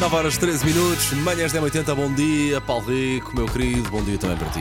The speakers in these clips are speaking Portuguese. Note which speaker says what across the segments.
Speaker 1: 9 horas 13 minutos, manhãs 10 80 bom dia, Paulo Rico, meu querido, bom dia também para ti.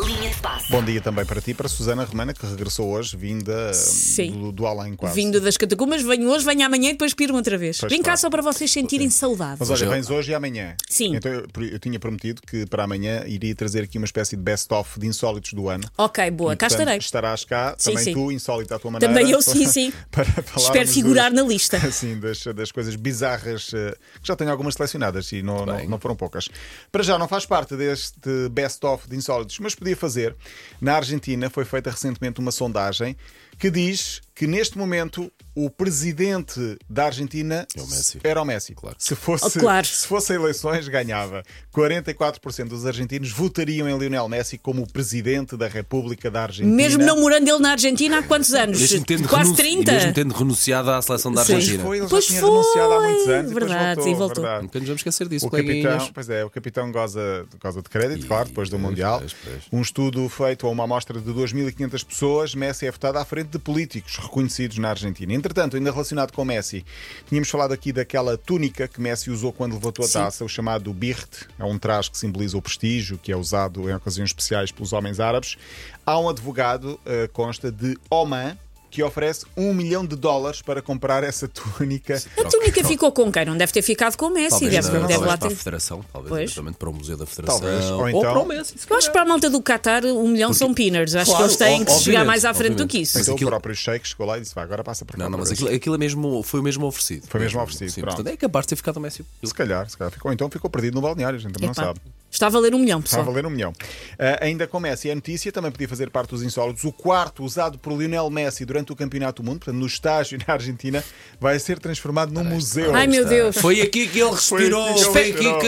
Speaker 2: Linha de passe.
Speaker 3: Bom dia também para ti, para Susana Romana, que regressou hoje, vinda hum,
Speaker 4: Sim.
Speaker 3: do, do além quase.
Speaker 4: Vindo das catacumbas, venho hoje, venho amanhã e depois piro outra vez.
Speaker 3: Pois
Speaker 4: Vem cá
Speaker 3: claro.
Speaker 4: só para vocês sentirem saudade.
Speaker 3: Mas
Speaker 1: Hoje
Speaker 3: olha,
Speaker 1: eu-
Speaker 3: vens hoje e amanhã.
Speaker 4: Sim.
Speaker 3: Então eu, eu tinha prometido que para amanhã iria trazer aqui uma espécie de best-of de insólitos do ano.
Speaker 4: Ok, boa,
Speaker 3: E,
Speaker 4: cá
Speaker 3: portanto,
Speaker 4: estarei.
Speaker 3: Estarás cá,
Speaker 4: Sim,
Speaker 3: também
Speaker 4: sim.
Speaker 3: tu, insólito à tua maneira.
Speaker 4: Também eu, sim, sim.
Speaker 3: Para falarmos
Speaker 4: Espero figurar
Speaker 3: dos-
Speaker 4: na lista.
Speaker 3: Assim, das, das coisas bizarras, eh, que já tenho algumas selecionadas e não, não,
Speaker 1: Bem.
Speaker 3: não foram poucas. Para já, não faz parte deste best-of de insólitos, mas podia fazer. Na Argentina foi feita recentemente uma sondagem que diz que neste momento o presidente da Argentina
Speaker 1: É o Messi.
Speaker 3: era o Messi. Claro. Se fosse,
Speaker 4: Oh, claro.
Speaker 3: se fosse eleições, ganhava. 44% dos argentinos votariam em Lionel Messi como o presidente da República da Argentina.
Speaker 4: Mesmo não morando ele na Argentina há quantos anos?
Speaker 1: Mesmo tendo
Speaker 4: Quase
Speaker 1: renunci-
Speaker 4: 30?
Speaker 1: Mesmo tendo renunciado à seleção da
Speaker 4: Sim.
Speaker 1: Argentina.
Speaker 3: Foi, ele já
Speaker 4: Pois
Speaker 3: tinha
Speaker 4: foi,
Speaker 3: renunciado há muitos anos. e depois
Speaker 4: verdade,
Speaker 3: voltou,
Speaker 4: e voltou.
Speaker 3: verdade.
Speaker 1: Nunca nos vamos esquecer disso,
Speaker 3: O capitão,
Speaker 1: coleguinhas.
Speaker 3: pois é, o capitão goza, goza de crédito,
Speaker 1: E-
Speaker 3: claro, depois do
Speaker 1: pois,
Speaker 3: Mundial.
Speaker 1: pois, pois.
Speaker 3: Um estudo feito a uma amostra de 2.500 pessoas, Messi é votado à frente de políticos reconhecidos na Argentina. Entretanto, ainda relacionado com Messi, tínhamos falado aqui daquela túnica que Messi usou quando levantou a taça, o chamado birte, é um traje que simboliza o prestígio, que é usado em ocasiões especiais pelos homens árabes. Há um advogado, eh, consta, de Oman, que oferece um milhão de dólares para comprar essa túnica.
Speaker 4: A túnica ficou com quem? Não deve ter ficado com o Messi.
Speaker 1: Talvez,
Speaker 4: Deve,
Speaker 1: na-
Speaker 4: deve
Speaker 1: talvez
Speaker 4: lá
Speaker 1: para a
Speaker 4: ter.
Speaker 1: Federação, talvez
Speaker 4: Pois.
Speaker 1: diretamente para o Museu da Federação.
Speaker 3: Talvez, ou
Speaker 1: ou
Speaker 3: então-
Speaker 1: para o Messi. se
Speaker 4: Eu acho que para a malta do Qatar, um milhão são pinners. Acho
Speaker 1: Claro,
Speaker 4: que eles têm que
Speaker 1: ob-
Speaker 4: chegar mais à
Speaker 1: obviamente,
Speaker 4: frente do
Speaker 1: obviamente.
Speaker 4: que isso.
Speaker 1: Mas
Speaker 3: Então
Speaker 1: aquilo-
Speaker 3: o próprio Sheik chegou lá e disse: Vá, agora passa por cá.
Speaker 1: Não, não,
Speaker 3: outra
Speaker 1: mas
Speaker 3: vez."
Speaker 1: aquilo, aquilo é mesmo, foi mesmo oferecido.
Speaker 3: Foi mesmo oferecido,
Speaker 1: Sim,
Speaker 3: pronto.
Speaker 1: portanto, é capaz de ter ficado o Messi.
Speaker 3: Se calhar, se calhar ficou. Então ficou perdido no balneário, a gente também
Speaker 4: Epá,
Speaker 3: não sabe.
Speaker 4: Está a valer um milhão,
Speaker 3: Está a
Speaker 4: pessoal.
Speaker 3: valer um milhão. Ah, ainda com Messi, a notícia também podia fazer parte dos insólitos. O quarto usado por Lionel Messi durante o Campeonato do Mundo, portanto, no estágio na Argentina, vai ser transformado num museu.
Speaker 4: Ai meu Deus.
Speaker 1: Foi aqui que ele respirou.
Speaker 3: Foi
Speaker 1: Foi
Speaker 3: aqui que ele
Speaker 1: aqui
Speaker 3: respirou.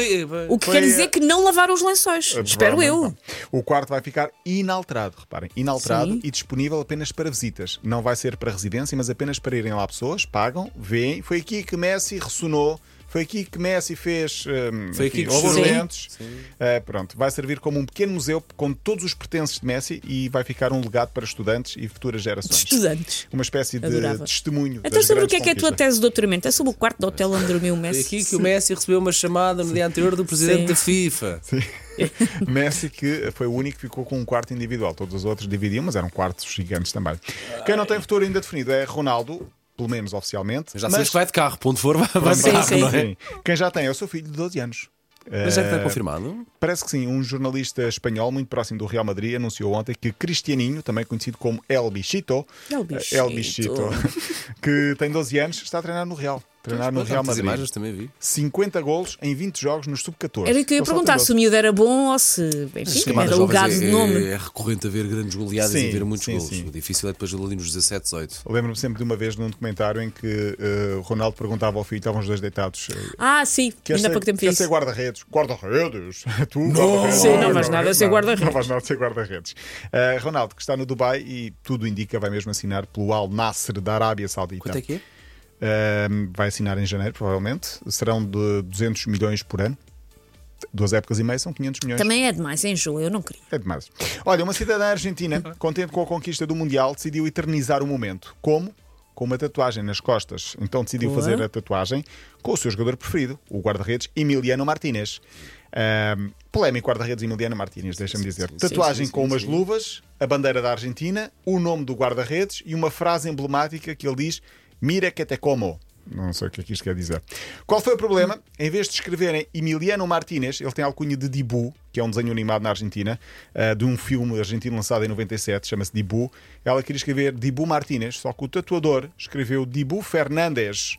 Speaker 1: que.
Speaker 4: O que
Speaker 3: Foi,
Speaker 4: quer
Speaker 3: eh,
Speaker 4: dizer que não lavaram os lençóis.
Speaker 3: Ah,
Speaker 4: Espero eu.
Speaker 3: provavelmente não. O quarto vai ficar inalterado, reparem, inalterado
Speaker 4: Sim.
Speaker 3: e disponível apenas para visitas. Não vai ser para residência, mas apenas para irem lá pessoas, pagam, veem. Foi aqui que Messi ressonou. Foi aqui que Messi fez hum,
Speaker 1: Foi aqui
Speaker 3: enfim,
Speaker 1: que chorou.
Speaker 3: movimentos. Ah, pronto, vai servir como um pequeno museu com todos os pertences de Messi e vai ficar um legado para estudantes e futuras gerações.
Speaker 4: Estudantes.
Speaker 3: Uma espécie de
Speaker 4: Adorava.
Speaker 3: testemunho.
Speaker 4: Então,
Speaker 3: das
Speaker 4: sobre o que é
Speaker 3: grandes
Speaker 4: que é a tua
Speaker 3: conquistas.
Speaker 4: tese de doutoramento? É sobre o quarto do hotel onde dormiu o
Speaker 1: Foi
Speaker 4: Messi?
Speaker 1: aqui que o Messi recebeu uma chamada no dia anterior do presidente
Speaker 4: Sim.
Speaker 1: da FIFA.
Speaker 3: Messi que foi o único que ficou com um quarto individual. Todos os outros dividiam, mas eram quartos gigantes também. Quem não tem futuro ainda definido é Ronaldo, pelo menos oficialmente.
Speaker 1: Já
Speaker 3: mas-
Speaker 1: sabes que vai de carro, ponto for, vai, vai de
Speaker 4: Sim,
Speaker 1: carro,
Speaker 4: sim.
Speaker 1: não é?
Speaker 3: Sim. Quem já tem é o seu filho de 12 anos.
Speaker 1: Mas já que
Speaker 3: É.
Speaker 1: está confirmado?
Speaker 3: Parece que sim, um jornalista espanhol muito próximo do Real Madrid anunciou ontem que Cristianinho, também conhecido como El Bichito,
Speaker 4: El
Speaker 3: eh, El
Speaker 4: Bichito.
Speaker 3: Bichito, que tem 12 anos, está a treinar no Real. Treinar no
Speaker 1: Mas,
Speaker 3: Real
Speaker 1: tantas
Speaker 3: Madrid.
Speaker 1: imagens também vi.
Speaker 3: 50 golos em 20 jogos nos sub-14.
Speaker 4: Era o que eu
Speaker 3: Ele
Speaker 4: ia
Speaker 3: só tem
Speaker 4: perguntar
Speaker 3: 12.
Speaker 4: se o miúdo era bom ou se enfim,
Speaker 1: Camadas jovens
Speaker 4: era lugar de
Speaker 1: é,
Speaker 4: nome.
Speaker 1: É, é recorrente haver grandes goleadas
Speaker 3: Sim,
Speaker 1: e haver muitos
Speaker 3: sim,
Speaker 1: golos.
Speaker 3: sim.
Speaker 1: O difícil é depois ali nos 17, 18.
Speaker 3: Lembro-me sempre de uma vez num documentário em que eh, o Ronaldo perguntava ao filho, estavam os dois deitados. eh,
Speaker 4: Ah, sim,
Speaker 3: Queres
Speaker 4: ainda há
Speaker 3: ser-
Speaker 4: pouco tempo
Speaker 3: queres
Speaker 4: fiz.
Speaker 3: ser guarda-redes? Guarda-redes? Tu, guarda-redes?
Speaker 4: Sim, não vais nada ser guarda-redes.
Speaker 3: Não vais nada ser guarda-redes. Eh, Ronaldo, que está no Dubai e tudo indica, vai mesmo assinar pelo Al Nasser da Arábia Saudita.
Speaker 1: Quanto é que é?
Speaker 3: Eh, vai assinar em janeiro, provavelmente. Serão de 200 milhões por ano. Duas épocas e meia são 500 milhões.
Speaker 4: Também é demais, enjoa, eu não queria.
Speaker 3: É demais. Olha, uma cidadã argentina, contente com a conquista do Mundial, decidiu eternizar o momento. Como? Com uma tatuagem nas costas. Então decidiu
Speaker 4: Boa.
Speaker 3: fazer a tatuagem com o seu jogador preferido, o guarda-redes Emiliano Martínez. Ahm, polémico guarda-redes Emiliano Martínez, deixa-me dizer. tatuagem com umas luvas, a bandeira da Argentina, o nome do guarda-redes e uma frase emblemática que ele diz: Mira que te como. Não sei o que é que isto quer dizer. Qual foi o problema? Em vez de escreverem Emiliano Martínez, ele tem a alcunha de Dibu, que é um desenho animado na Argentina, ah, de um filme argentino lançado em 97, chama-se Dibu. Ela queria escrever Dibu Martínez, só que o tatuador escreveu Dibu Fernandes.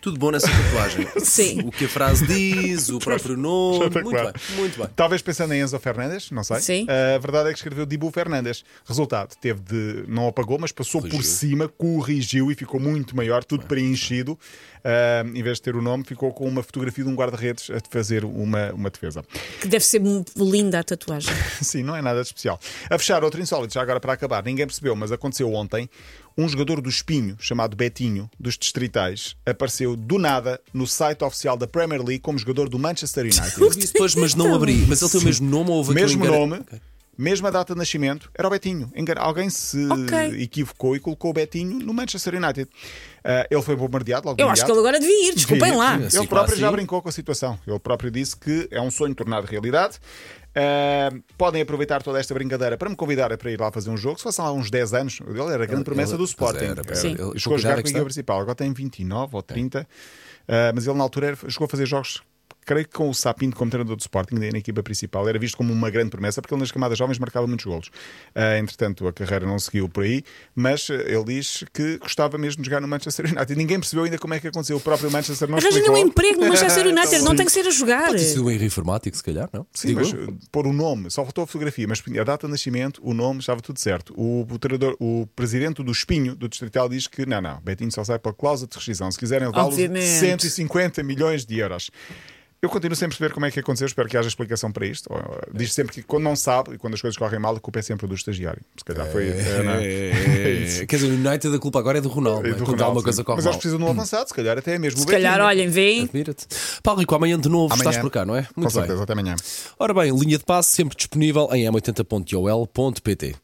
Speaker 1: Tudo bom nessa tatuagem.
Speaker 4: Sim.
Speaker 1: O que a frase diz, o próprio nome.
Speaker 3: está
Speaker 1: Muito
Speaker 3: claro.
Speaker 1: bem, muito bem.
Speaker 3: Talvez pensando em Enzo Fernandes, não sei.
Speaker 4: Sim.
Speaker 3: A verdade é que escreveu Dibu Fernandes. Resultado, teve de. Não apagou, mas passou por
Speaker 1: Corrigiu.
Speaker 3: cima, corrigiu e ficou muito maior, tudo preenchido. Ah, em vez de ter o nome, ficou com uma fotografia de um guarda-redes a fazer uma, uma defesa.
Speaker 4: Que deve ser mu- linda a tatuagem.
Speaker 3: Sim, não é nada de especial. A fechar, outro insólito, já agora para acabar. Ninguém percebeu, mas aconteceu ontem. Um jogador do Espinho, chamado Betinho, dos Distritais, apareceu do nada no site oficial da Premier League como jogador do Manchester United.
Speaker 4: então.
Speaker 1: Eu vi isso depois, mas não abri. Mas ele tem o mesmo nome ou houve aqui um
Speaker 3: Mesmo
Speaker 1: engano?
Speaker 3: nome,
Speaker 1: Ok.
Speaker 3: Mesma data de nascimento, era o Betinho. Engan- Alguém se
Speaker 4: Ok.
Speaker 3: equivocou e colocou o Betinho no Manchester United. Ah, ele foi bombardeado logo de
Speaker 4: Eu acho que ele
Speaker 3: imediato.
Speaker 4: agora devia ir, desculpem lá.
Speaker 1: Sim,
Speaker 3: Ele próprio
Speaker 1: claro,
Speaker 3: já
Speaker 1: sim.
Speaker 3: brincou com a situação. Ele próprio disse que é um sonho tornado realidade. Ah, podem aproveitar toda esta brincadeira para me convidar para ir lá fazer um jogo. Se fossem lá uns 10 anos, ele era a grande promessa
Speaker 1: ele-
Speaker 3: do
Speaker 1: pois
Speaker 3: Sporting.
Speaker 1: era, pois era.
Speaker 3: Ah,
Speaker 1: Ele-
Speaker 3: Chegou
Speaker 1: jogou
Speaker 3: a
Speaker 1: já
Speaker 3: jogar
Speaker 1: era
Speaker 3: com a
Speaker 1: que está?
Speaker 3: equipa é principal. Agora tem 29 ou 30. ah, mas ele na altura era- chegou a fazer jogos, creio que com o Sapinto como treinador do Sporting, na equipa principal. Era visto como uma grande promessa, porque ele nas camadas jovens marcava muitos golos. Ah, entretanto, a carreira não seguiu por aí, mas ah, ele diz que gostava mesmo de jogar no Manchester United. E ninguém percebeu ainda como é que aconteceu. O próprio Manchester não
Speaker 4: Arranjem
Speaker 3: explicou.
Speaker 4: um emprego no Manchester United, não
Speaker 3: Sim.
Speaker 4: tem que ser a jogar.
Speaker 1: Pode ter sido um erro informático, se calhar, não?
Speaker 3: Sim, mas uh, pôr o nome, só faltou a fotografia, mas a data de nascimento, o nome, estava tudo certo. O, o, treinador- o presidente do Espinho, do Distrital, diz que não, não, Betinho só sai pela cláusula de rescisão. Se quiserem levá-lo,
Speaker 4: Obviamente.
Speaker 3: 150 milhões de euros. Eu continuo sem perceber como é que aconteceu, espero que haja explicação para isto. Ou, uh, Diz sempre que quando não sabe e quando as coisas correm mal, a culpa é sempre do estagiário. Se calhar foi. é, não é?
Speaker 1: É, Quer dizer, no United a culpa agora é do Ronaldo.
Speaker 3: É
Speaker 1: né?
Speaker 3: do
Speaker 1: Quando
Speaker 3: Ronaldo,
Speaker 1: há uma
Speaker 3: sim.
Speaker 1: coisa corre
Speaker 3: Mas eles
Speaker 1: mal.
Speaker 3: precisam de um avançado, se calhar até é mesmo.
Speaker 4: Se calhar, olhem, veem.
Speaker 1: Admira-te. Paulo Rico, amanhã de novo estás por cá, não é?
Speaker 3: Com
Speaker 1: Muito bem.
Speaker 3: certeza, até amanhã.
Speaker 1: Ora bem, linha de passe sempre disponível em m80.ol.pt.